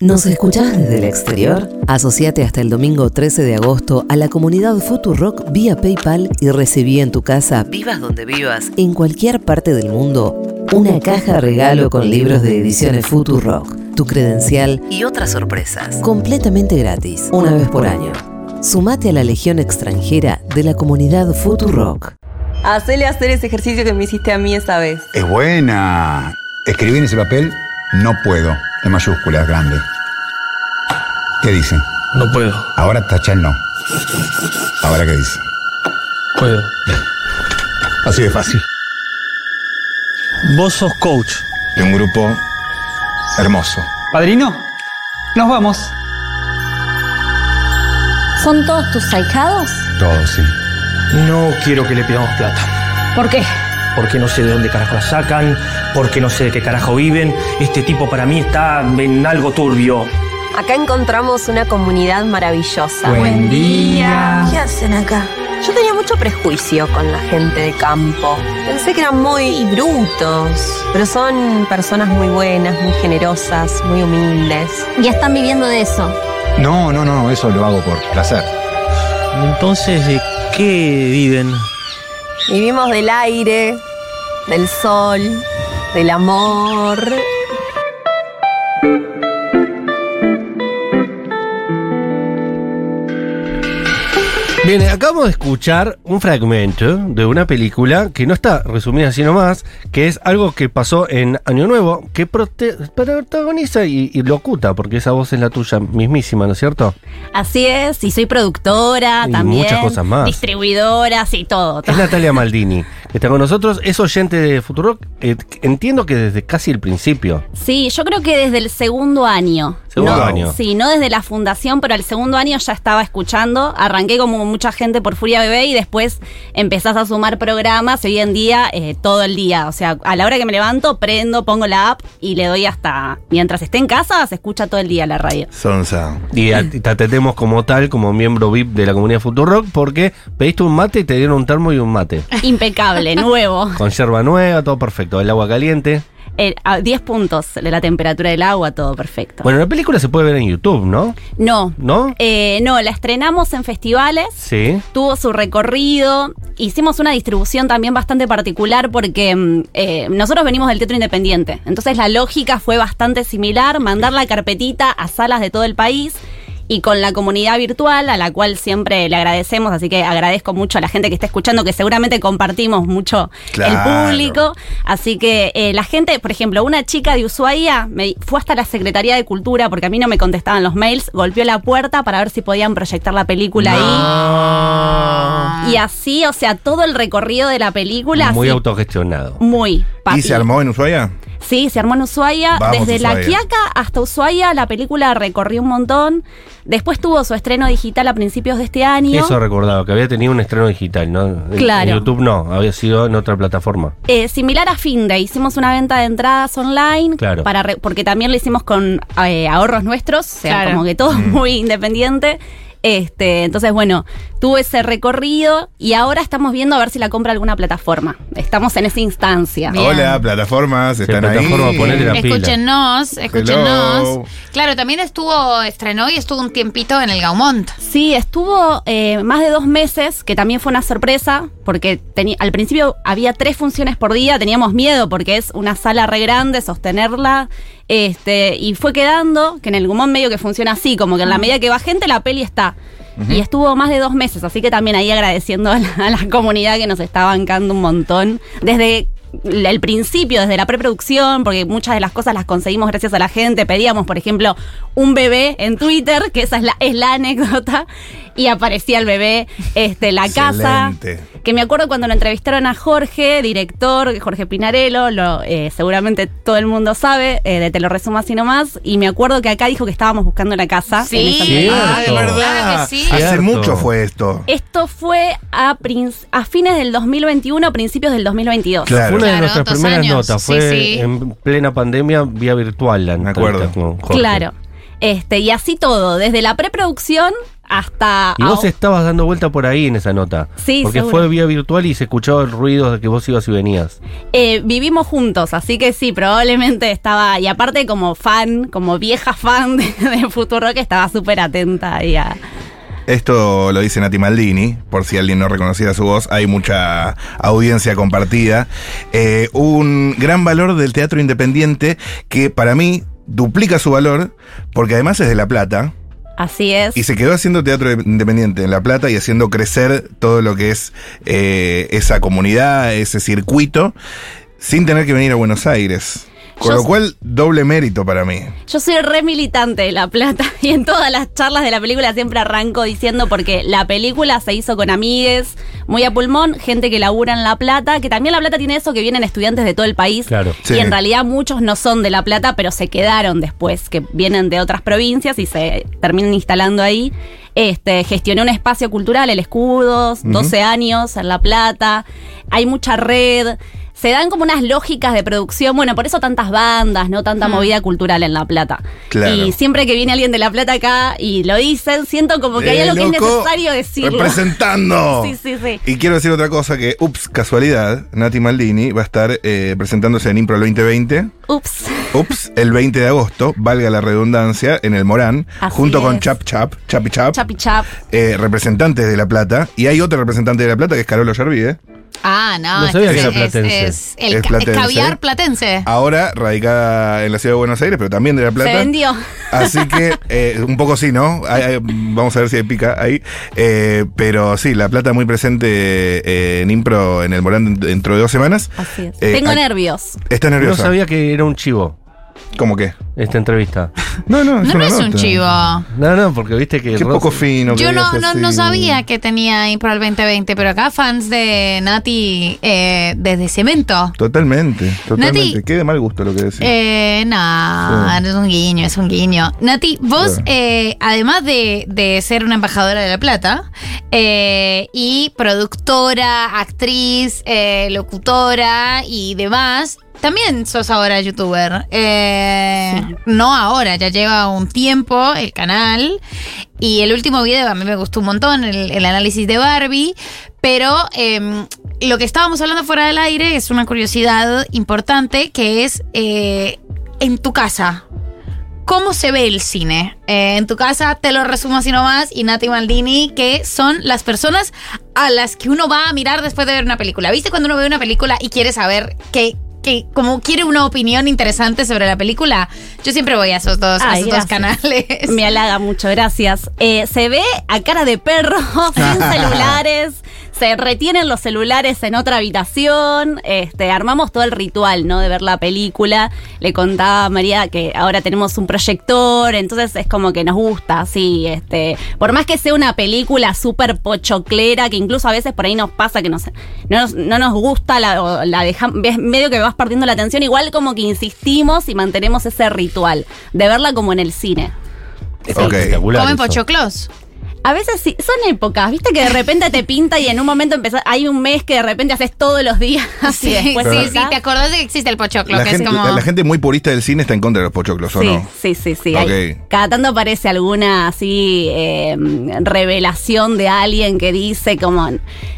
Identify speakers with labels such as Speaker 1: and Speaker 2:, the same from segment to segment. Speaker 1: ¿Nos escuchás desde el exterior? Asociate hasta el domingo 13 de agosto a la comunidad Futurock vía PayPal y recibí en tu casa, vivas donde vivas, en cualquier parte del mundo, una caja regalo con libros de ediciones Futurock, tu credencial y otras sorpresas. Completamente gratis, una vez por año. Sumate a la legión extranjera de la comunidad Futurock.
Speaker 2: Hacele hacer ese ejercicio que me hiciste a mí esta vez.
Speaker 3: Es buena. Escribir en ese papel no puedo, en mayúsculas grande. ¿Qué dice?
Speaker 4: No puedo,
Speaker 3: Ahora tachá el no. Ahora qué dice.
Speaker 4: puedo.
Speaker 3: Así de fácil.
Speaker 4: Vos sos coach.
Speaker 3: De un grupo hermoso.
Speaker 5: Padrino, nos vamos.
Speaker 6: ¿Son todos tus ahijados?
Speaker 3: Todo, sí.
Speaker 4: No quiero que le pidamos plata.
Speaker 6: ¿Por qué?
Speaker 4: Porque no sé de dónde carajo la sacan, porque no sé de qué carajo viven. Este tipo para mí está en algo turbio.
Speaker 2: Acá encontramos una comunidad maravillosa.
Speaker 5: Buen día.
Speaker 7: ¿Qué hacen acá?
Speaker 2: Yo tenía mucho prejuicio con la gente de campo. Pensé que eran muy brutos, pero son personas muy buenas, muy generosas, muy humildes.
Speaker 6: Ya están viviendo de eso.
Speaker 3: No, no, no, eso lo hago por placer.
Speaker 4: Entonces, ¿de qué viven?
Speaker 2: Vivimos del aire, del sol, del amor.
Speaker 8: Bien, acabamos de escuchar un fragmento de una película que no está resumida así nomás, que es algo que pasó en Año Nuevo, que prote- protagoniza y, y locuta, porque esa voz es la tuya mismísima, ¿no es cierto?
Speaker 6: Así es, y soy productora
Speaker 8: Y
Speaker 6: también.
Speaker 8: muchas cosas más.
Speaker 6: Distribuidora, sí, todo.
Speaker 8: Es Natalia Maldini, que está con nosotros, es oyente de Futurock, eh, entiendo que desde casi el principio.
Speaker 6: Sí, yo creo que desde el segundo año.
Speaker 8: Segundo
Speaker 6: No,
Speaker 8: año.
Speaker 6: Sí, no desde la fundación, pero al segundo año ya estaba escuchando. Arranqué como mucha gente por Furia Bebé y después empezás a sumar programas y hoy en día eh, todo el día. O sea, a la hora que me levanto, prendo, pongo la app y le doy hasta... Mientras esté en casa, se escucha todo el día la radio.
Speaker 9: Sonsa.
Speaker 8: Y a- y te atendemos como tal, como miembro VIP de la comunidad Futurock, porque pediste un mate y te dieron un termo y un mate.
Speaker 6: Impecable, nuevo.
Speaker 8: Con yerba nueva, todo perfecto, el agua caliente.
Speaker 6: Eh, a 10 puntos de la temperatura del agua, todo perfecto.
Speaker 8: Bueno, la película se puede ver en YouTube, ¿no?
Speaker 6: no,
Speaker 8: ¿No?
Speaker 6: eh, no, la estrenamos en festivales.
Speaker 8: Sí.
Speaker 6: tuvo su recorrido. Hicimos una distribución también bastante particular porque mm, eh, nosotros venimos del teatro independiente. Entonces la lógica fue bastante similar, mandar la carpetita a salas de todo el país. Y con la comunidad virtual, a la cual siempre le agradecemos, así que agradezco mucho a la gente que está escuchando, que seguramente compartimos mucho
Speaker 9: Claro.
Speaker 6: el público. Así que eh, la gente, por ejemplo, una chica de Ushuaia me, fue hasta la Secretaría de Cultura, porque a mí no me contestaban los mails, golpeó la puerta para ver si podían proyectar la película ahí. Y así, o sea, todo el recorrido de la película.
Speaker 8: Ah. Muy
Speaker 6: así,
Speaker 8: autogestionado.
Speaker 6: Muy papi.
Speaker 9: ¿Y se armó en Ushuaia?
Speaker 6: Sí, se armó en Ushuaia.
Speaker 9: Vamos,
Speaker 6: Desde La
Speaker 9: Ushuaia.
Speaker 6: Quiaca hasta Ushuaia, la película recorrió un montón. Después tuvo su estreno digital a principios de este año.
Speaker 8: Eso recordaba, que había tenido un estreno digital, ¿no? En-
Speaker 6: Claro.
Speaker 8: En YouTube no, había sido en otra plataforma.
Speaker 6: Eh, similar a Finde, hicimos una venta de entradas online,
Speaker 8: Claro.
Speaker 6: para re- porque también lo hicimos con eh, ahorros nuestros, o sea, como que todo
Speaker 9: Mm.
Speaker 6: muy independiente. Este, entonces, bueno, tuvo ese recorrido y ahora estamos viendo a ver si la compra alguna plataforma. Estamos en esa instancia.
Speaker 9: Hola, plataformas, están
Speaker 8: plataforma,
Speaker 9: ahí.
Speaker 8: ponele la- pila.
Speaker 10: Escúchenos, escúchenos.
Speaker 9: Hello.
Speaker 10: Claro, también estuvo, estrenó y estuvo un tiempito en el Gaumont.
Speaker 6: Sí, estuvo eh, más de dos meses, que también fue una sorpresa, porque teni- al principio había tres funciones por día, teníamos miedo porque es una sala re grande, sostenerla, este, y fue quedando, que en el Gumón medio que funciona así, como que en la medida que va gente la peli está. Y estuvo más de dos meses, así que también ahí agradeciendo a la, a la comunidad que nos está bancando un montón. Desde el principio, desde la preproducción, porque muchas de las cosas las conseguimos gracias a la gente. Pedíamos, por ejemplo, un bebé en Twitter, que esa es la, es la anécdota, y aparecía el bebé, este, la casa.
Speaker 9: Excelente.
Speaker 6: Que me acuerdo cuando lo entrevistaron a Jorge, director, Jorge Pinarello, lo, eh, seguramente todo el mundo sabe, eh, de te lo resumo así nomás, y me acuerdo que acá dijo que estábamos buscando la casa. en esa
Speaker 10: Sí.
Speaker 6: película.
Speaker 9: Ah, de
Speaker 8: Cierto.
Speaker 9: verdad.
Speaker 10: Claro que sí.
Speaker 9: Hace
Speaker 8: Cierto.
Speaker 9: mucho fue esto.
Speaker 6: Esto fue a, princ- a fines del 2021, principios del 2022.
Speaker 8: Fue
Speaker 9: Claro.
Speaker 8: una de
Speaker 10: Claro,
Speaker 8: nuestras
Speaker 10: dos
Speaker 8: primeras
Speaker 10: años.
Speaker 8: notas,
Speaker 10: Sí,
Speaker 8: fue
Speaker 10: sí.
Speaker 8: en plena pandemia vía virtual. la
Speaker 9: Me
Speaker 8: entrevista
Speaker 9: acuerdo.
Speaker 8: con Jorge.
Speaker 6: Claro. Este, y así todo, desde la preproducción hasta.
Speaker 8: Y vos
Speaker 6: ah,
Speaker 8: estabas dando vuelta por ahí en esa nota.
Speaker 6: Sí,
Speaker 8: Porque
Speaker 6: seguro.
Speaker 8: fue vía virtual y se escuchaba el ruido de que vos ibas y venías.
Speaker 6: eh, vivimos juntos, así que sí, probablemente estaba. Y aparte, como fan, como vieja fan de, de Futuro que estaba súper atenta ahí a.
Speaker 9: Esto lo dice Nati Maldini, por si alguien no reconociera su voz, hay mucha audiencia compartida. Eh, un gran valor del teatro independiente que para mí duplica su valor, porque además es de La Plata,
Speaker 6: Así es.
Speaker 9: y se quedó haciendo teatro independiente en La Plata y haciendo crecer todo lo que es eh, esa comunidad, ese circuito, sin tener que venir a Buenos Aires. Con
Speaker 6: Yo
Speaker 9: lo
Speaker 6: sé-
Speaker 9: cual, doble mérito para mí.
Speaker 6: Yo soy re militante de La Plata y en todas las charlas de la película siempre arranco diciendo porque la película se hizo con amigues, muy a pulmón, gente que labura en La Plata, que también La Plata tiene eso que vienen estudiantes de todo el país
Speaker 8: Claro.
Speaker 9: Sí.
Speaker 6: y en realidad muchos no son de La Plata, pero se quedaron después, que vienen de otras provincias y se terminan instalando ahí. Este, gestioné un espacio cultural, el Escudos, 12 años en La Plata, hay mucha red. Se dan como unas lógicas de producción, bueno, por eso tantas bandas, ¿no? Tanta movida cultural en La Plata.
Speaker 9: Claro.
Speaker 6: Y siempre que viene alguien de La Plata acá y lo dicen, siento como que hay
Speaker 9: Eh,
Speaker 6: algo que es
Speaker 9: loco,
Speaker 6: necesario decirlo.
Speaker 9: Representando.
Speaker 6: Sí, sí, sí.
Speaker 9: Y quiero decir otra cosa que, ups, casualidad, Nati Maldini va a estar eh, presentándose en Impro el 2020,
Speaker 6: Ups.
Speaker 9: ups, el 20 de agosto, valga la redundancia, en el Morán,
Speaker 6: Así
Speaker 9: junto con
Speaker 6: es.
Speaker 9: Chap Chap, Chapi Chap,
Speaker 6: Chapi chap.
Speaker 9: eh, representantes de La Plata, y hay otro representante de La Plata que es Carola Yervide,
Speaker 10: Ah, no.
Speaker 8: No sabía
Speaker 10: es-
Speaker 8: que era
Speaker 10: es-
Speaker 8: platense.
Speaker 10: Es, el
Speaker 9: Es
Speaker 10: ca-
Speaker 9: platense. Ah,
Speaker 10: caviar platense.
Speaker 9: ahora radicada en la ciudad de Buenos Aires, pero también de La Plata.
Speaker 6: Se vendió.
Speaker 9: Así que, eh, un poco sí, ¿no? Ay, ay, vamos a ver si hay pica ahí. Eh, pero sí, La Plata muy presente eh, en Impro en el Morán dentro de dos semanas.
Speaker 6: Así es.
Speaker 9: Eh,
Speaker 6: Tengo
Speaker 9: ac-
Speaker 6: nervios.
Speaker 9: Está
Speaker 8: No
Speaker 9: nerviosa.
Speaker 8: sabía que era un chivo
Speaker 9: ¿Cómo qué?
Speaker 8: esta entrevista.
Speaker 9: No, no,
Speaker 10: No, no
Speaker 9: una
Speaker 10: es un
Speaker 9: nota.
Speaker 10: chivo.
Speaker 8: No, no, porque viste que.
Speaker 9: Qué
Speaker 8: Ross-
Speaker 9: poco fino. que
Speaker 10: Yo no,
Speaker 9: digas
Speaker 10: no,
Speaker 9: así.
Speaker 10: no sabía que tenía Impro el 2020, pero acá fans de Nati eh, desde Cemento.
Speaker 9: Totalmente, totalmente.
Speaker 10: Nati-
Speaker 9: Qué de mal gusto lo que decís.
Speaker 10: Eh, no,
Speaker 9: Sí.
Speaker 10: es un guiño, es un guiño. Nati, vos,
Speaker 9: Claro.
Speaker 10: eh, además de, de ser una embajadora de La Plata, eh, y productora, actriz, eh, locutora y demás, también sos ahora youtuber. Eh, No ahora, ya lleva un tiempo el canal. Y el último video a mí me gustó un montón, el, el análisis de Barbie. Pero em, lo que estábamos hablando fuera del aire es una curiosidad importante que es eh, en tu casa. ¿Cómo se ve el cine? Eh, en tu casa, te lo resumo así nomás, y Nati Maldini, que son las personas a las que uno va a mirar después de ver una película. ¿Viste cuando uno ve una película y quiere saber que, que como quiere una opinión interesante sobre la película? Yo siempre voy a esos dos, a
Speaker 6: Ay,
Speaker 10: esos dos
Speaker 6: gracias.
Speaker 10: canales.
Speaker 6: Me halaga mucho, gracias. Eh, se ve a cara de perro, sin celulares, se retienen los celulares en otra habitación, este, armamos todo el ritual, ¿no? De ver la película. Le contaba a María que ahora tenemos un proyector, entonces es como que nos gusta, sí, este. Por más que sea una película súper pochoclera, que incluso a veces por ahí nos pasa que nos, no, nos, no nos gusta, la, o la dejam- ves- medio que vas perdiendo la atención, igual como que insistimos y mantenemos ese ritual de verla como en el cine.
Speaker 8: Está
Speaker 9: Ok.
Speaker 8: espectacular
Speaker 10: Comen
Speaker 8: eso.
Speaker 10: pochoclos.
Speaker 6: A veces sí, son épocas, viste que de repente te pinta y en un momento empezás, hay un mes que de repente haces todos los días y
Speaker 10: Sí,
Speaker 6: después
Speaker 10: sí,
Speaker 6: ya-
Speaker 10: sí, te acordás de que existe el pochoclo,
Speaker 9: la,
Speaker 10: que
Speaker 9: gente,
Speaker 10: es como...
Speaker 9: la, la gente muy purista del cine está en contra de los pochoclos, ¿o
Speaker 6: sí,
Speaker 9: no?
Speaker 6: sí, sí, sí.
Speaker 9: Ok.
Speaker 6: Hay- cada tanto aparece alguna así eh, revelación de alguien que dice como...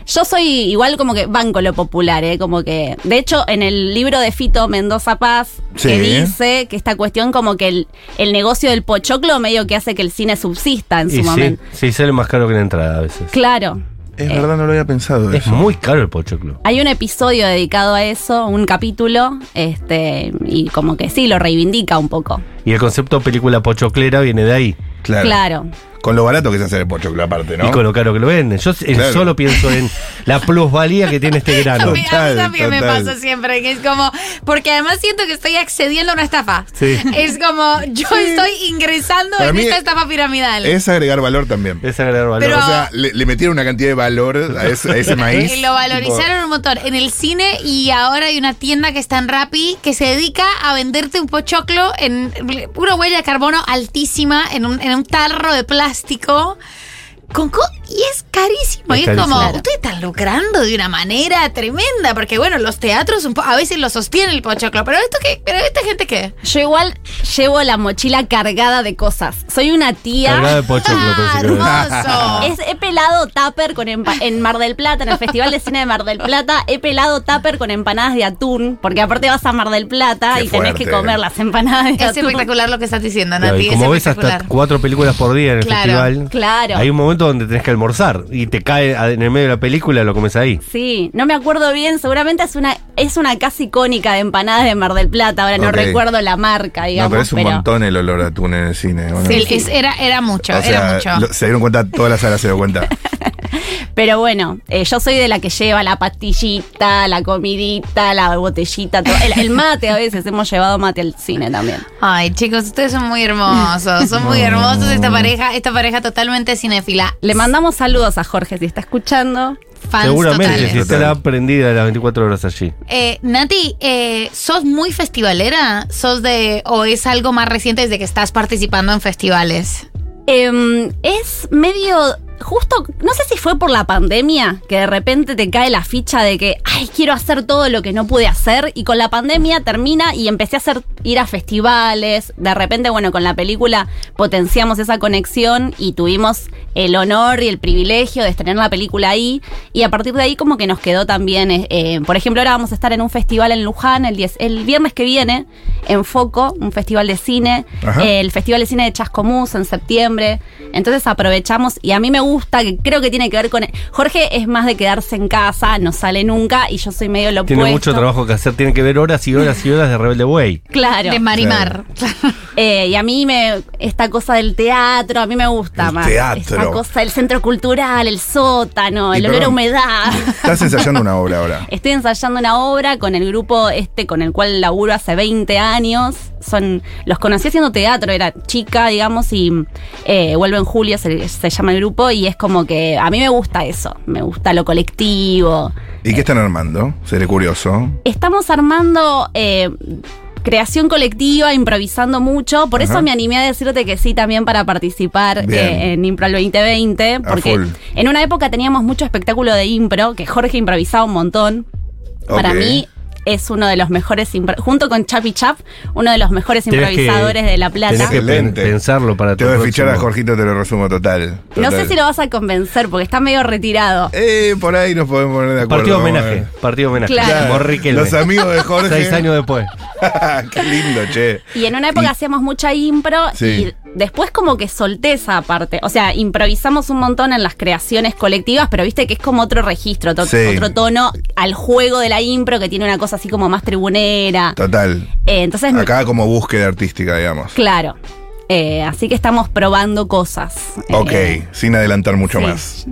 Speaker 6: Yo soy igual como que banco lo popular, ¿eh? Como que... De hecho, en el libro de Fito Mendoza Paz,
Speaker 9: Sí.
Speaker 6: que dice que esta cuestión como que el, el negocio del pochoclo medio que hace que el cine subsista en su
Speaker 8: Y sí,
Speaker 6: momento.
Speaker 8: sí, sale más caro que la entrada a veces.
Speaker 6: Claro.
Speaker 9: Es verdad, no lo había pensado
Speaker 8: Es
Speaker 9: eso.
Speaker 8: muy caro el pochoclo.
Speaker 6: Hay un episodio dedicado a eso, un capítulo, este, y como que sí, lo reivindica un poco.
Speaker 8: Y el concepto película pochoclera viene de ahí.
Speaker 9: Claro.
Speaker 6: Claro.
Speaker 9: Con lo barato que es hacer el pochoclo aparte, ¿no?
Speaker 8: Y con lo caro que lo venden. Yo eh,
Speaker 9: Claro.
Speaker 8: solo pienso en la plusvalía que tiene este grano.
Speaker 10: A mí- a mí
Speaker 9: ah, Total,
Speaker 10: también me
Speaker 9: total.
Speaker 10: pasa siempre, que es como, porque además siento que estoy accediendo a una estafa.
Speaker 8: Sí.
Speaker 10: Es como, yo estoy ingresando
Speaker 9: Para
Speaker 10: en
Speaker 9: mí
Speaker 10: esta estafa piramidal.
Speaker 9: Es agregar valor también.
Speaker 8: Es agregar valor.
Speaker 10: Pero-
Speaker 9: o sea, le, le metieron una cantidad de valor a ese, a ese maíz.
Speaker 10: Y lo valorizaron un montón en el cine y ahora hay una tienda que está en Rappi que se dedica a venderte un pochoclo en una huella de carbono altísima en un, en un tarro de plástico con co- y es carísimo.
Speaker 8: Es
Speaker 10: y es
Speaker 8: carísimo.
Speaker 10: como,
Speaker 8: Claro.
Speaker 10: ustedes están lucrando de una manera tremenda, porque bueno, los teatros un po- a veces lo sostiene el pochoclo, pero esto qué, pero esta gente qué.
Speaker 6: Yo igual llevo la mochila cargada de cosas. Soy una
Speaker 8: Cargada
Speaker 6: tía.
Speaker 8: de pochoclo, pues,
Speaker 10: Ah,
Speaker 8: pensé que era.
Speaker 10: hermoso.
Speaker 6: Es- he pelado tupper con empa- en Mar del Plata, en el Festival de Cine de Mar del Plata, he pelado tupper con empanadas de atún, porque aparte vas a Mar del Plata
Speaker 9: Qué
Speaker 6: y tenés que
Speaker 9: fuerte.
Speaker 6: comer las empanadas de
Speaker 10: Es
Speaker 6: atún.
Speaker 10: espectacular lo que estás diciendo,
Speaker 8: Claro,
Speaker 10: Nati.
Speaker 8: y
Speaker 10: es
Speaker 8: como ves hasta
Speaker 10: espectacular.
Speaker 8: cuatro películas por día en el
Speaker 10: Claro,
Speaker 8: festival,
Speaker 6: claro.
Speaker 8: hay un momento donde tenés que almorzar y te cae a- en el medio de la película, lo comes ahí.
Speaker 6: Sí, no me acuerdo bien, seguramente es una es una casa icónica de empanadas de Mar del Plata, ahora no
Speaker 9: Ok.
Speaker 6: recuerdo la marca,
Speaker 9: no,
Speaker 6: digamos,
Speaker 9: pero es un
Speaker 6: pero-
Speaker 9: montón el olor a atún en el cine. ¿o no?
Speaker 10: Sí, es- era, era mucho,
Speaker 9: O
Speaker 10: era
Speaker 9: sea,
Speaker 10: mucho.
Speaker 9: lo- se dieron cuenta, toda la sala se dio cuenta.
Speaker 6: Pero bueno, eh, yo soy de la que lleva la pastillita, la comidita, la botellita, todo. El, el mate a veces, hemos llevado mate al cine también.
Speaker 10: Ay, chicos, ustedes son muy hermosos, son muy hermosos esta pareja, esta pareja totalmente cinéfila.
Speaker 6: Le mandamos saludos a Jorge si está escuchando.
Speaker 10: Fans
Speaker 8: Seguramente,
Speaker 10: totales.
Speaker 8: si está
Speaker 9: Total.
Speaker 8: la prendida las 24 horas allí.
Speaker 10: Eh, Nati, eh, ¿sos muy festivalera? ¿Sos de o es algo más reciente desde que estás participando en festivales?
Speaker 6: Em, es medio. Justo, no sé si fue por la pandemia que de repente te cae la ficha de que, ay, quiero hacer todo lo que no pude hacer. Y con la pandemia termina y empecé a hacer, ir a festivales. De repente, bueno, con la película potenciamos esa conexión y tuvimos el honor y el privilegio de estrenar la película ahí. Y a partir de ahí, como que nos quedó también. eh, eh, por ejemplo, ahora vamos a estar en un festival en Luján el, 10 el viernes que viene, en Foco, un festival de cine.
Speaker 9: Ajá.
Speaker 6: Eh, el Festival de Cine de Chascomús en septiembre. Entonces aprovechamos y a mí me gusta, que creo que tiene que ver con... Jorge es más de quedarse en casa, no sale nunca y yo soy medio lo
Speaker 8: Tiene
Speaker 6: opuesto.
Speaker 8: mucho trabajo que hacer, tiene que ver horas y horas y horas de Rebelde Way.
Speaker 6: Claro.
Speaker 10: De Marimar.
Speaker 6: Eh, y a mí me esta cosa del teatro, a mí me gusta
Speaker 9: El
Speaker 6: más.
Speaker 9: teatro.
Speaker 6: Esta cosa del centro cultural, el sótano,
Speaker 9: Y
Speaker 6: el olor a
Speaker 9: perdón,
Speaker 6: humedad.
Speaker 9: Estás ensayando una obra ahora.
Speaker 6: Estoy ensayando una obra con el grupo este con el cual laburo hace 20 años. Son, los conocí haciendo teatro, era chica, digamos, y eh, vuelvo en julio, se, se llama el grupo, y es como que a mí me gusta eso, me gusta lo colectivo.
Speaker 9: ¿Y qué están armando? Seré curioso.
Speaker 6: Estamos armando eh, creación colectiva, improvisando mucho, por
Speaker 9: Ajá.
Speaker 6: eso me animé a decirte que sí también para participar
Speaker 9: Bien.
Speaker 6: eh, en Impro al 2020,
Speaker 9: A
Speaker 6: porque
Speaker 9: full.
Speaker 6: en una época teníamos mucho espectáculo de impro, que Jorge improvisaba un montón. Para
Speaker 9: Ok.
Speaker 6: mí es uno de los mejores, impro- junto con Chapi Chap, uno de los mejores
Speaker 8: Tenés que-
Speaker 6: improvisadores de La Plata.
Speaker 8: Tenés que pen-
Speaker 9: Excelente.
Speaker 8: pensarlo para
Speaker 9: Te
Speaker 8: tu
Speaker 9: voy a fichar a
Speaker 8: próximo.
Speaker 9: Jorgito, te lo resumo total.
Speaker 6: No
Speaker 9: Total.
Speaker 6: sé si lo vas a convencer porque está medio retirado.
Speaker 9: Eh, por ahí nos podemos poner de acuerdo.
Speaker 8: Partido
Speaker 9: vamos a
Speaker 8: homenaje,
Speaker 9: ver.
Speaker 8: partido homenaje.
Speaker 6: Claro.
Speaker 8: Como Riquelme.
Speaker 9: Los amigos de Jorge.
Speaker 8: Seis años después.
Speaker 9: Qué lindo, che.
Speaker 6: Y en una época
Speaker 9: Y-
Speaker 6: hacíamos mucha impro
Speaker 9: Sí.
Speaker 6: y después como que solté esa parte. O sea, improvisamos un montón en las creaciones colectivas, pero viste que es como otro registro, to-
Speaker 9: Sí.
Speaker 6: otro tono al juego de la impro que tiene una cosa así como más tribunera.
Speaker 9: Total.
Speaker 6: Eh, entonces,
Speaker 9: Acá como búsqueda artística, digamos.
Speaker 6: claro. Eh, así que estamos probando cosas.
Speaker 9: Ok,
Speaker 6: Eh,
Speaker 9: sin adelantar mucho
Speaker 6: sí.
Speaker 9: más.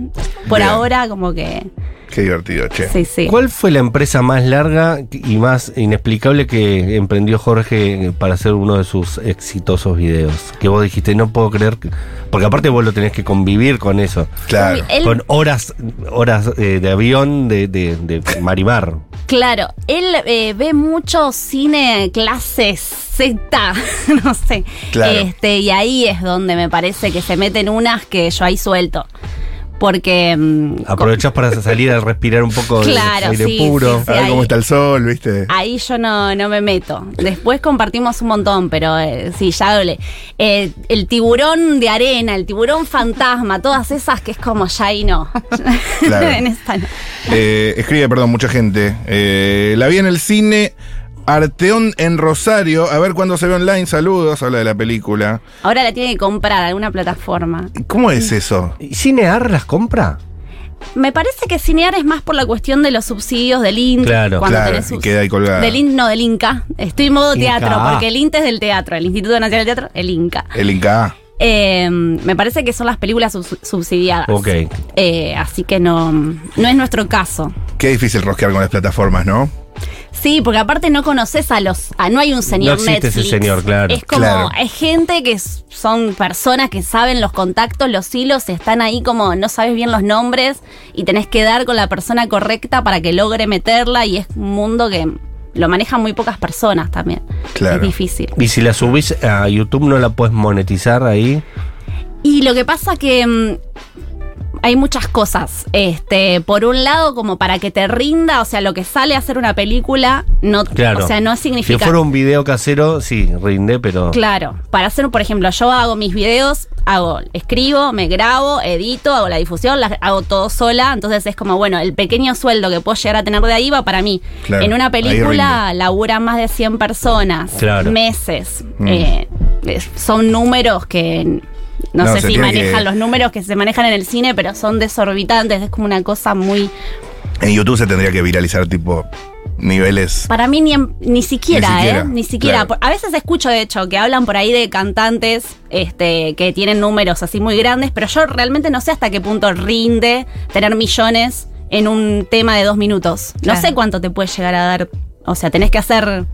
Speaker 6: Por
Speaker 9: Bien.
Speaker 6: ahora como que...
Speaker 9: Qué divertido, che.
Speaker 6: Sí, sí.
Speaker 8: ¿Cuál fue la empresa más larga y más inexplicable que emprendió Jorge para hacer uno de sus exitosos videos? Que vos dijiste, no puedo creer, que-". porque aparte vos lo tenés que convivir con eso,
Speaker 9: Claro.
Speaker 6: Él-
Speaker 8: con horas, horas eh, de avión de, de- de marimar.
Speaker 6: Claro, él eh, ve mucho cine clase Z, no sé.
Speaker 9: Claro.
Speaker 6: Este, y ahí es donde me parece que se meten unas que yo ahí suelto. Porque. mm,
Speaker 9: Ah,
Speaker 8: Aprovechás para salir a respirar un poco
Speaker 6: Claro,
Speaker 8: de aire
Speaker 6: sí,
Speaker 8: puro.
Speaker 6: sí, sí.
Speaker 9: A ver
Speaker 6: ahí- Ah.
Speaker 9: cómo está el sol, ¿viste?
Speaker 6: Ahí yo no, no me meto. Después compartimos un montón, pero eh, sí, ya hablé. Eh, el tiburón de arena, el tiburón fantasma, todas esas que es como ya ahí no.
Speaker 9: Claro.
Speaker 6: En esta no.
Speaker 9: Eh, escribe, perdón, mucha gente. Eh, la vi en el cine. Arteón en Rosario. A ver cuándo se ve online. Saludos. Habla de la película.
Speaker 6: Ahora la tiene que comprar alguna plataforma.
Speaker 9: ¿Cómo es eso?
Speaker 8: ¿Y ¿Cinear las compra?
Speaker 6: Me parece que cinear es más por la cuestión de los subsidios del INT.
Speaker 8: Claro,
Speaker 6: cuando
Speaker 9: claro,
Speaker 6: tenés
Speaker 9: y
Speaker 6: subs-
Speaker 9: queda ahí colgada.
Speaker 6: Del INT, no, del INCA. Estoy en modo
Speaker 8: Inca. Ah.
Speaker 6: teatro, porque el INT es del teatro, el Instituto Nacional del Teatro, el INCA.
Speaker 9: El Inca.
Speaker 6: Eh, me parece que son las películas subs- subsidiadas.
Speaker 8: Ok.
Speaker 6: Eh, así que no, no es nuestro caso.
Speaker 9: Qué difícil rosquear con las plataformas, ¿no?
Speaker 6: Sí, porque aparte no conoces a los. a- no hay un señor
Speaker 8: No existe ese
Speaker 6: Netflix.
Speaker 8: señor, claro.
Speaker 6: Es como.
Speaker 9: Claro.
Speaker 6: Hay gente que s- son personas que saben los contactos, los hilos, están ahí como no sabes bien los nombres y tenés que dar con la persona correcta para que logre meterla y es un mundo que lo manejan muy pocas personas también.
Speaker 9: Claro.
Speaker 6: Es difícil.
Speaker 8: Y si la subís a YouTube no la puedes monetizar ahí.
Speaker 6: Y lo que pasa que mm, hay muchas cosas. Este, por un lado, como para que te rinda, o sea, lo que sale a hacer una película, no,
Speaker 8: Claro.
Speaker 6: o sea, no
Speaker 8: Si
Speaker 6: significa.
Speaker 8: fuera un video casero, sí, rinde, pero. Ah,
Speaker 6: Claro, para hacer, por ejemplo, yo hago mis videos, hago, escribo, me grabo, edito, hago la difusión, las hago todo sola, entonces es como, bueno, el pequeño sueldo que puedo llegar a tener de ahí va para mí.
Speaker 9: Claro,
Speaker 6: en una
Speaker 9: ahí
Speaker 6: película laburan más de 100 personas,
Speaker 8: Claro.
Speaker 6: meses,
Speaker 9: Mm.
Speaker 6: eh, es- son números que... No,
Speaker 9: No,
Speaker 6: sé
Speaker 9: se
Speaker 6: si
Speaker 9: tiene que-
Speaker 6: manejan los números que se manejan en el cine, pero son desorbitantes, es como una cosa muy...
Speaker 9: En YouTube se tendría que viralizar tipo niveles.
Speaker 6: Para mí ni, en- ni siquiera,
Speaker 9: Ni siquiera,
Speaker 6: ¿eh? Ni siquiera.
Speaker 9: claro.
Speaker 6: Por- A veces escucho, de hecho, que hablan por ahí de cantantes este, que tienen números así muy grandes, pero yo realmente no sé hasta qué punto rinde tener millones en un tema de dos minutos.
Speaker 10: Claro.
Speaker 6: No sé cuánto te puede llegar a dar. O sea, tenés que hacer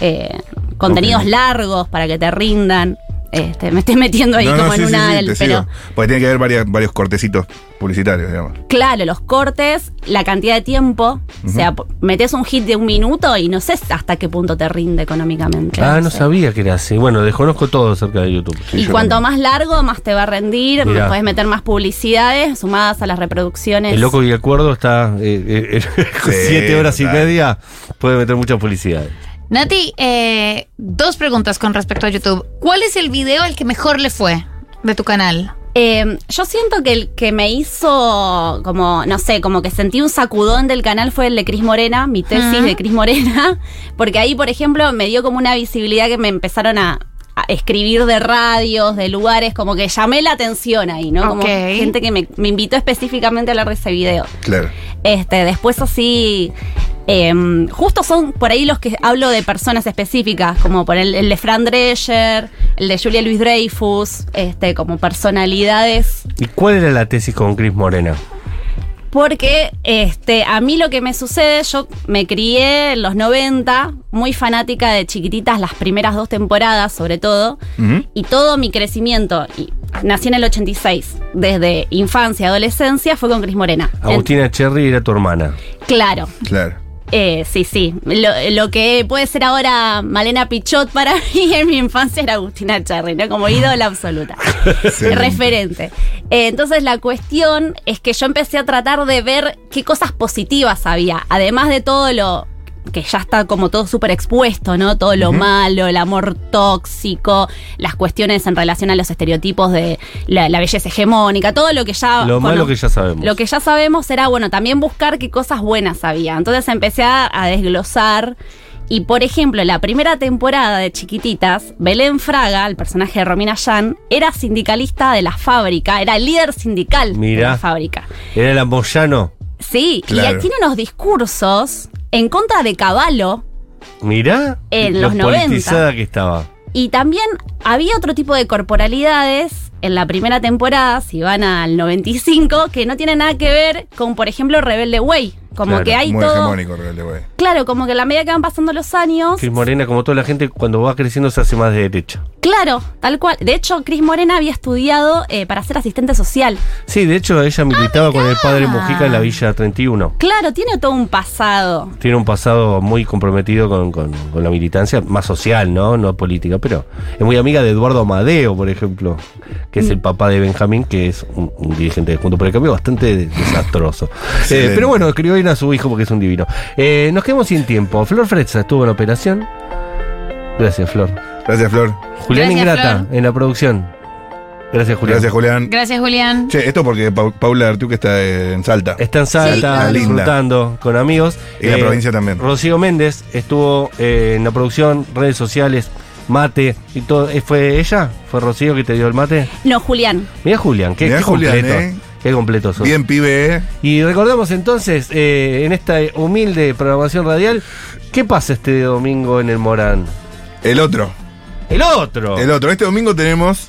Speaker 6: eh, contenidos largos para que te rindan. Este, me estoy metiendo ahí
Speaker 9: No, no,
Speaker 6: como
Speaker 9: sí,
Speaker 6: en
Speaker 9: sí,
Speaker 6: una
Speaker 9: sí,
Speaker 6: del.
Speaker 9: te
Speaker 6: pero-
Speaker 9: sigo. Porque tiene que haber varias- varios cortecitos publicitarios, digamos.
Speaker 6: Claro, los cortes, la cantidad de tiempo. O sea, po- metes un hit de un minuto y no sé hasta qué punto te rinde económicamente.
Speaker 8: Ah, no
Speaker 6: sé.
Speaker 8: sabía que era así. Bueno, desconozco todo acerca de YouTube.
Speaker 9: Sí,
Speaker 6: y
Speaker 9: yo
Speaker 6: cuanto
Speaker 9: también.
Speaker 6: más largo, más te va a rendir,
Speaker 8: Mirá.
Speaker 6: puedes meter más publicidades sumadas a las reproducciones.
Speaker 8: El loco y el cuerdo está eh, eh, eh, con
Speaker 9: Sí,
Speaker 8: siete horas y
Speaker 9: total.
Speaker 8: media. Puede meter mucha publicidad.
Speaker 10: Nati, eh, dos preguntas con respecto a YouTube. ¿Cuál es el video al que mejor le fue de tu canal?
Speaker 6: Eh, yo siento que el que me hizo como, no sé, como que sentí un sacudón del canal fue el de Cris Morena, mi tesis
Speaker 10: Ujú.
Speaker 6: de Cris Morena, porque ahí, por ejemplo, me dio como una visibilidad que me empezaron a, a escribir de radios, de lugares, como que llamé la atención ahí, ¿no? Como
Speaker 10: Ok.
Speaker 6: gente que me, me invitó específicamente a hablar de ese video.
Speaker 9: Claro.
Speaker 6: Este, después así. em, justo son por ahí los que hablo de personas específicas, como por el, el de Fran Drescher, el de Julia Luis Dreyfus, este, como personalidades.
Speaker 8: ¿Y cuál era la tesis con Cris Morena?
Speaker 6: Porque este, a mí lo que me sucede, yo me crié en los 90, muy fanática de chiquititas, las primeras dos temporadas sobre todo, y todo mi crecimiento, y nací en el 86, desde infancia, adolescencia, fue con Cris Morena. En-
Speaker 8: Agustina Cherry era tu hermana.
Speaker 6: claro.
Speaker 9: Claro.
Speaker 6: Eh, sí, sí. Lo, lo que puede ser ahora Malena Pichot para mí en mi infancia era Agustina Cherry, ¿no? Como ídola absoluta. Referente. Eh, entonces la cuestión es que yo empecé a tratar de ver qué cosas positivas había, además de todo lo que ya está como todo súper expuesto, ¿no? Todo lo malo, el amor tóxico, las cuestiones en relación a los estereotipos de la, la belleza hegemónica, todo lo que ya...
Speaker 8: Lo malo
Speaker 6: cono-
Speaker 8: que ya sabemos.
Speaker 6: Ah, lo que ya sabemos era, bueno, también buscar qué cosas buenas había. Entonces empecé a, a desglosar. Y por ejemplo, la primera temporada de Chiquititas, Belén Fraga, el personaje de Romina Yan, era sindicalista de la fábrica, era líder sindical de
Speaker 8: Mirá.
Speaker 6: la fábrica.
Speaker 8: Era la Moyano.
Speaker 6: Sí,
Speaker 9: Claro.
Speaker 6: y tiene unos discursos en contra de Caballo,
Speaker 8: Mirá
Speaker 6: En
Speaker 8: lo
Speaker 6: los 90.
Speaker 8: politizada que estaba.
Speaker 6: Y también había otro tipo de corporalidades en la primera temporada, si van al 95, que no tiene nada que ver con, por ejemplo, Rebelde Way. Como
Speaker 8: Claro,
Speaker 6: que hay
Speaker 9: Muy
Speaker 6: todo.
Speaker 9: hegemónico, realmente, güey.
Speaker 6: Claro, como que a la medida que van pasando los años.
Speaker 8: Cris Morena, como toda la gente, cuando va creciendo se hace más de derecha.
Speaker 6: Claro, tal cual. De hecho, Cris Morena había estudiado eh, para ser asistente social.
Speaker 8: Sí, de hecho ella militaba
Speaker 6: Ah,
Speaker 8: con el padre Mujica en la Villa 31.
Speaker 6: Claro, tiene todo un pasado.
Speaker 8: Tiene un pasado muy comprometido con, con- con la militancia, más social, ¿no? No política, pero es muy amiga de Eduardo Amadeo, por ejemplo, que
Speaker 10: Mm.
Speaker 8: es el papá de Benjamín, que es un, un dirigente de Junto por el Cambio bastante de- desastroso. Eh,
Speaker 9: Excelente.
Speaker 8: pero bueno, escribió bien a su hijo porque es un divino. Eh, nos quedamos sin tiempo. Flor Frezza estuvo en operación. Gracias, Flor.
Speaker 9: Gracias, Flor.
Speaker 8: Julián
Speaker 10: Gracias,
Speaker 8: Ingrata
Speaker 10: Flor.
Speaker 8: en la producción. Gracias, Julián.
Speaker 9: Gracias, Julián.
Speaker 10: Gracias, Julián.
Speaker 9: Che, esto porque Pau- Paula Artiuk está en Salta.
Speaker 8: Está en
Speaker 10: Sí,
Speaker 8: Salta,
Speaker 9: claro.
Speaker 8: disfrutando con amigos.
Speaker 9: Y
Speaker 8: Eh,
Speaker 9: la provincia también.
Speaker 8: Rocío Méndez estuvo eh, en la producción, redes sociales, mate y todo. Eh, ¿Fue ella? ¿Fue Rocío que te dio el mate?
Speaker 6: No, Julián.
Speaker 8: Mira Julián, qué,
Speaker 9: Mirá,
Speaker 8: qué
Speaker 9: Julián,
Speaker 8: completo.
Speaker 9: eh.
Speaker 8: Qué completo sos.
Speaker 9: Bien, pibe, ¿eh?
Speaker 8: Y recordemos entonces, eh, en esta humilde programación radial, ¿qué pasa este domingo en el Morán?
Speaker 9: El otro.
Speaker 8: El otro.
Speaker 9: El otro. Este domingo tenemos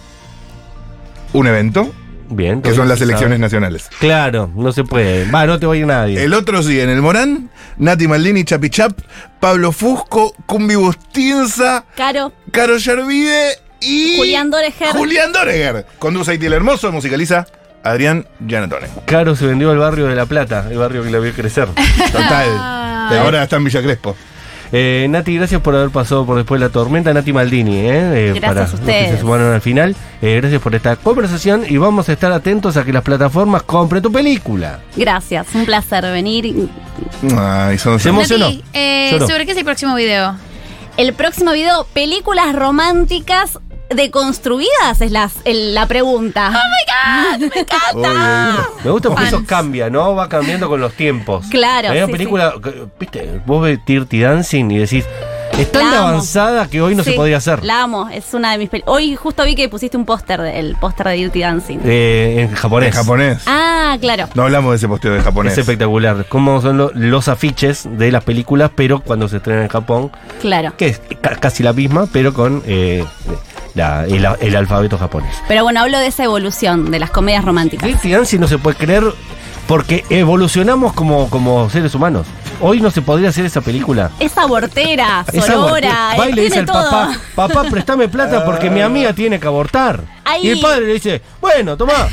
Speaker 9: un evento
Speaker 8: Bien.
Speaker 9: que son las
Speaker 8: ¿sabes?
Speaker 9: elecciones nacionales.
Speaker 8: Claro, no se puede. Va, no te va a ir nadie.
Speaker 9: El otro sí, en el Morán, Nati Maldini, Chapichap, Pablo Fusco, Cumbi Bustinza,
Speaker 6: Caro.
Speaker 9: Caro Yervide y.
Speaker 6: Julián Doreger.
Speaker 9: Julián Doreger. Conduce Haití el Hermoso, musicaliza Adrián Gianatone.
Speaker 8: Caro se vendió al barrio de La Plata, el barrio que la vio crecer.
Speaker 10: Ah.
Speaker 9: Total. Ahora está en Villa Crespo.
Speaker 8: Eh, Nati, gracias por haber pasado por después de la tormenta. Nati Maldini, ¿eh? Eh,
Speaker 6: Gracias
Speaker 8: para
Speaker 6: a
Speaker 8: los que
Speaker 6: ustedes.
Speaker 8: se sumaron al final. Eh, gracias por esta conversación y vamos a estar atentos a que las plataformas compren tu película.
Speaker 6: Gracias, un placer venir.
Speaker 9: Ay, son
Speaker 8: Se mo- emocionó.
Speaker 10: Nati, eh,
Speaker 8: Lloró.
Speaker 10: ¿sobre qué es el próximo video?
Speaker 6: El próximo video, películas románticas deconstruidas es las- el- la pregunta.
Speaker 9: Uy, uy, uy.
Speaker 8: Me gusta porque eso
Speaker 10: Fans.
Speaker 8: cambia, ¿no? Va cambiando con los tiempos.
Speaker 6: Claro,
Speaker 8: Hay una
Speaker 6: sí,
Speaker 8: película, que, viste, vos ves Dirty Dancing y decís, es tan
Speaker 6: La amo.
Speaker 8: avanzada que hoy no se
Speaker 6: Sí,
Speaker 8: podía hacer.
Speaker 6: La amo, es una de mis películas. Hoy justo vi que pusiste un póster del póster de Dirty Dancing.
Speaker 8: Eh, en
Speaker 9: En
Speaker 8: japonés.
Speaker 9: japonés.
Speaker 6: Ah, claro.
Speaker 9: No hablamos de ese posteo de japonés.
Speaker 8: Es espectacular. Cómo son lo- los afiches de las películas, pero cuando se estrenan en Japón,
Speaker 6: Claro.
Speaker 8: que es ca- casi la misma, pero con eh, la- el, a- el alfabeto japonés.
Speaker 6: Pero bueno, hablo de esa evolución de las comedias románticas.
Speaker 8: Dirty Dancing no se puede creer porque evolucionamos como, como seres humanos. Hoy no se podría hacer esa película.
Speaker 6: Esa abortera,
Speaker 8: Esa
Speaker 6: sorora,
Speaker 8: guardia- va y le
Speaker 6: eh,
Speaker 8: dice
Speaker 6: tiene
Speaker 8: al
Speaker 6: todo.
Speaker 8: papá, papá, préstame plata porque mi amiga tiene que abortar.
Speaker 6: Ahí.
Speaker 8: Y el padre le dice, bueno, tomá.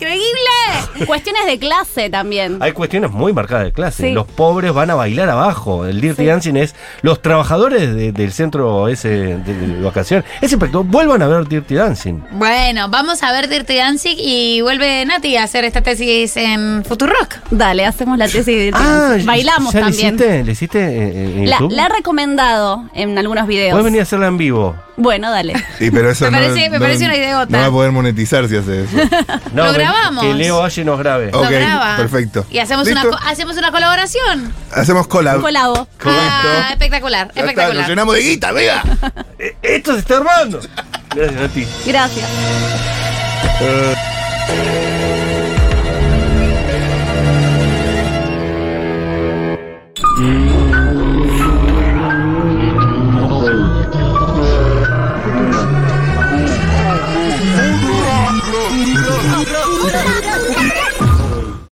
Speaker 10: ¡Increíble!
Speaker 6: Cuestiones de clase también.
Speaker 8: Hay cuestiones muy marcadas de clase.
Speaker 6: Sí.
Speaker 8: Los pobres van a bailar abajo. El Dirty Dancing es los trabajadores de- del centro ese de, de vacaciones. Ese espectáculo, vuelvan a ver Dirty Dancing.
Speaker 10: Bueno, vamos a ver Dirty Dancing y vuelve Nati a hacer esta tesis en Futurock.
Speaker 6: Dale, hacemos la tesis de Dirty Dancing. Bailamos
Speaker 8: Ah, ¿ya
Speaker 6: también.
Speaker 8: ¿Le hiciste, le hiciste en- en
Speaker 6: La,
Speaker 8: YouTube?
Speaker 6: la he recomendado en algunos videos.
Speaker 8: Puedes venir a hacerla en vivo.
Speaker 6: Bueno, dale.
Speaker 9: Sí, pero eso
Speaker 10: Me
Speaker 9: no-
Speaker 10: parece- me
Speaker 9: no-
Speaker 10: parece una ideota.
Speaker 9: No va a poder monetizar si hace eso.
Speaker 8: No,
Speaker 10: Lo
Speaker 8: ven-
Speaker 10: grabamos.
Speaker 8: Que Leo Valle nos grabe.
Speaker 9: Ok,
Speaker 10: Lo graba.
Speaker 9: perfecto.
Speaker 10: Y hacemos una,
Speaker 9: ¿Listo?
Speaker 10: co- hacemos una colaboración.
Speaker 9: Hacemos collab.
Speaker 6: Colabo.
Speaker 10: Ah,
Speaker 9: Correcto.
Speaker 10: espectacular,
Speaker 9: Ya está,
Speaker 10: espectacular.
Speaker 9: Lo llenamos de guita, amiga.
Speaker 8: Eh, Esto se está armando. Gracias a ti.
Speaker 6: Gracias.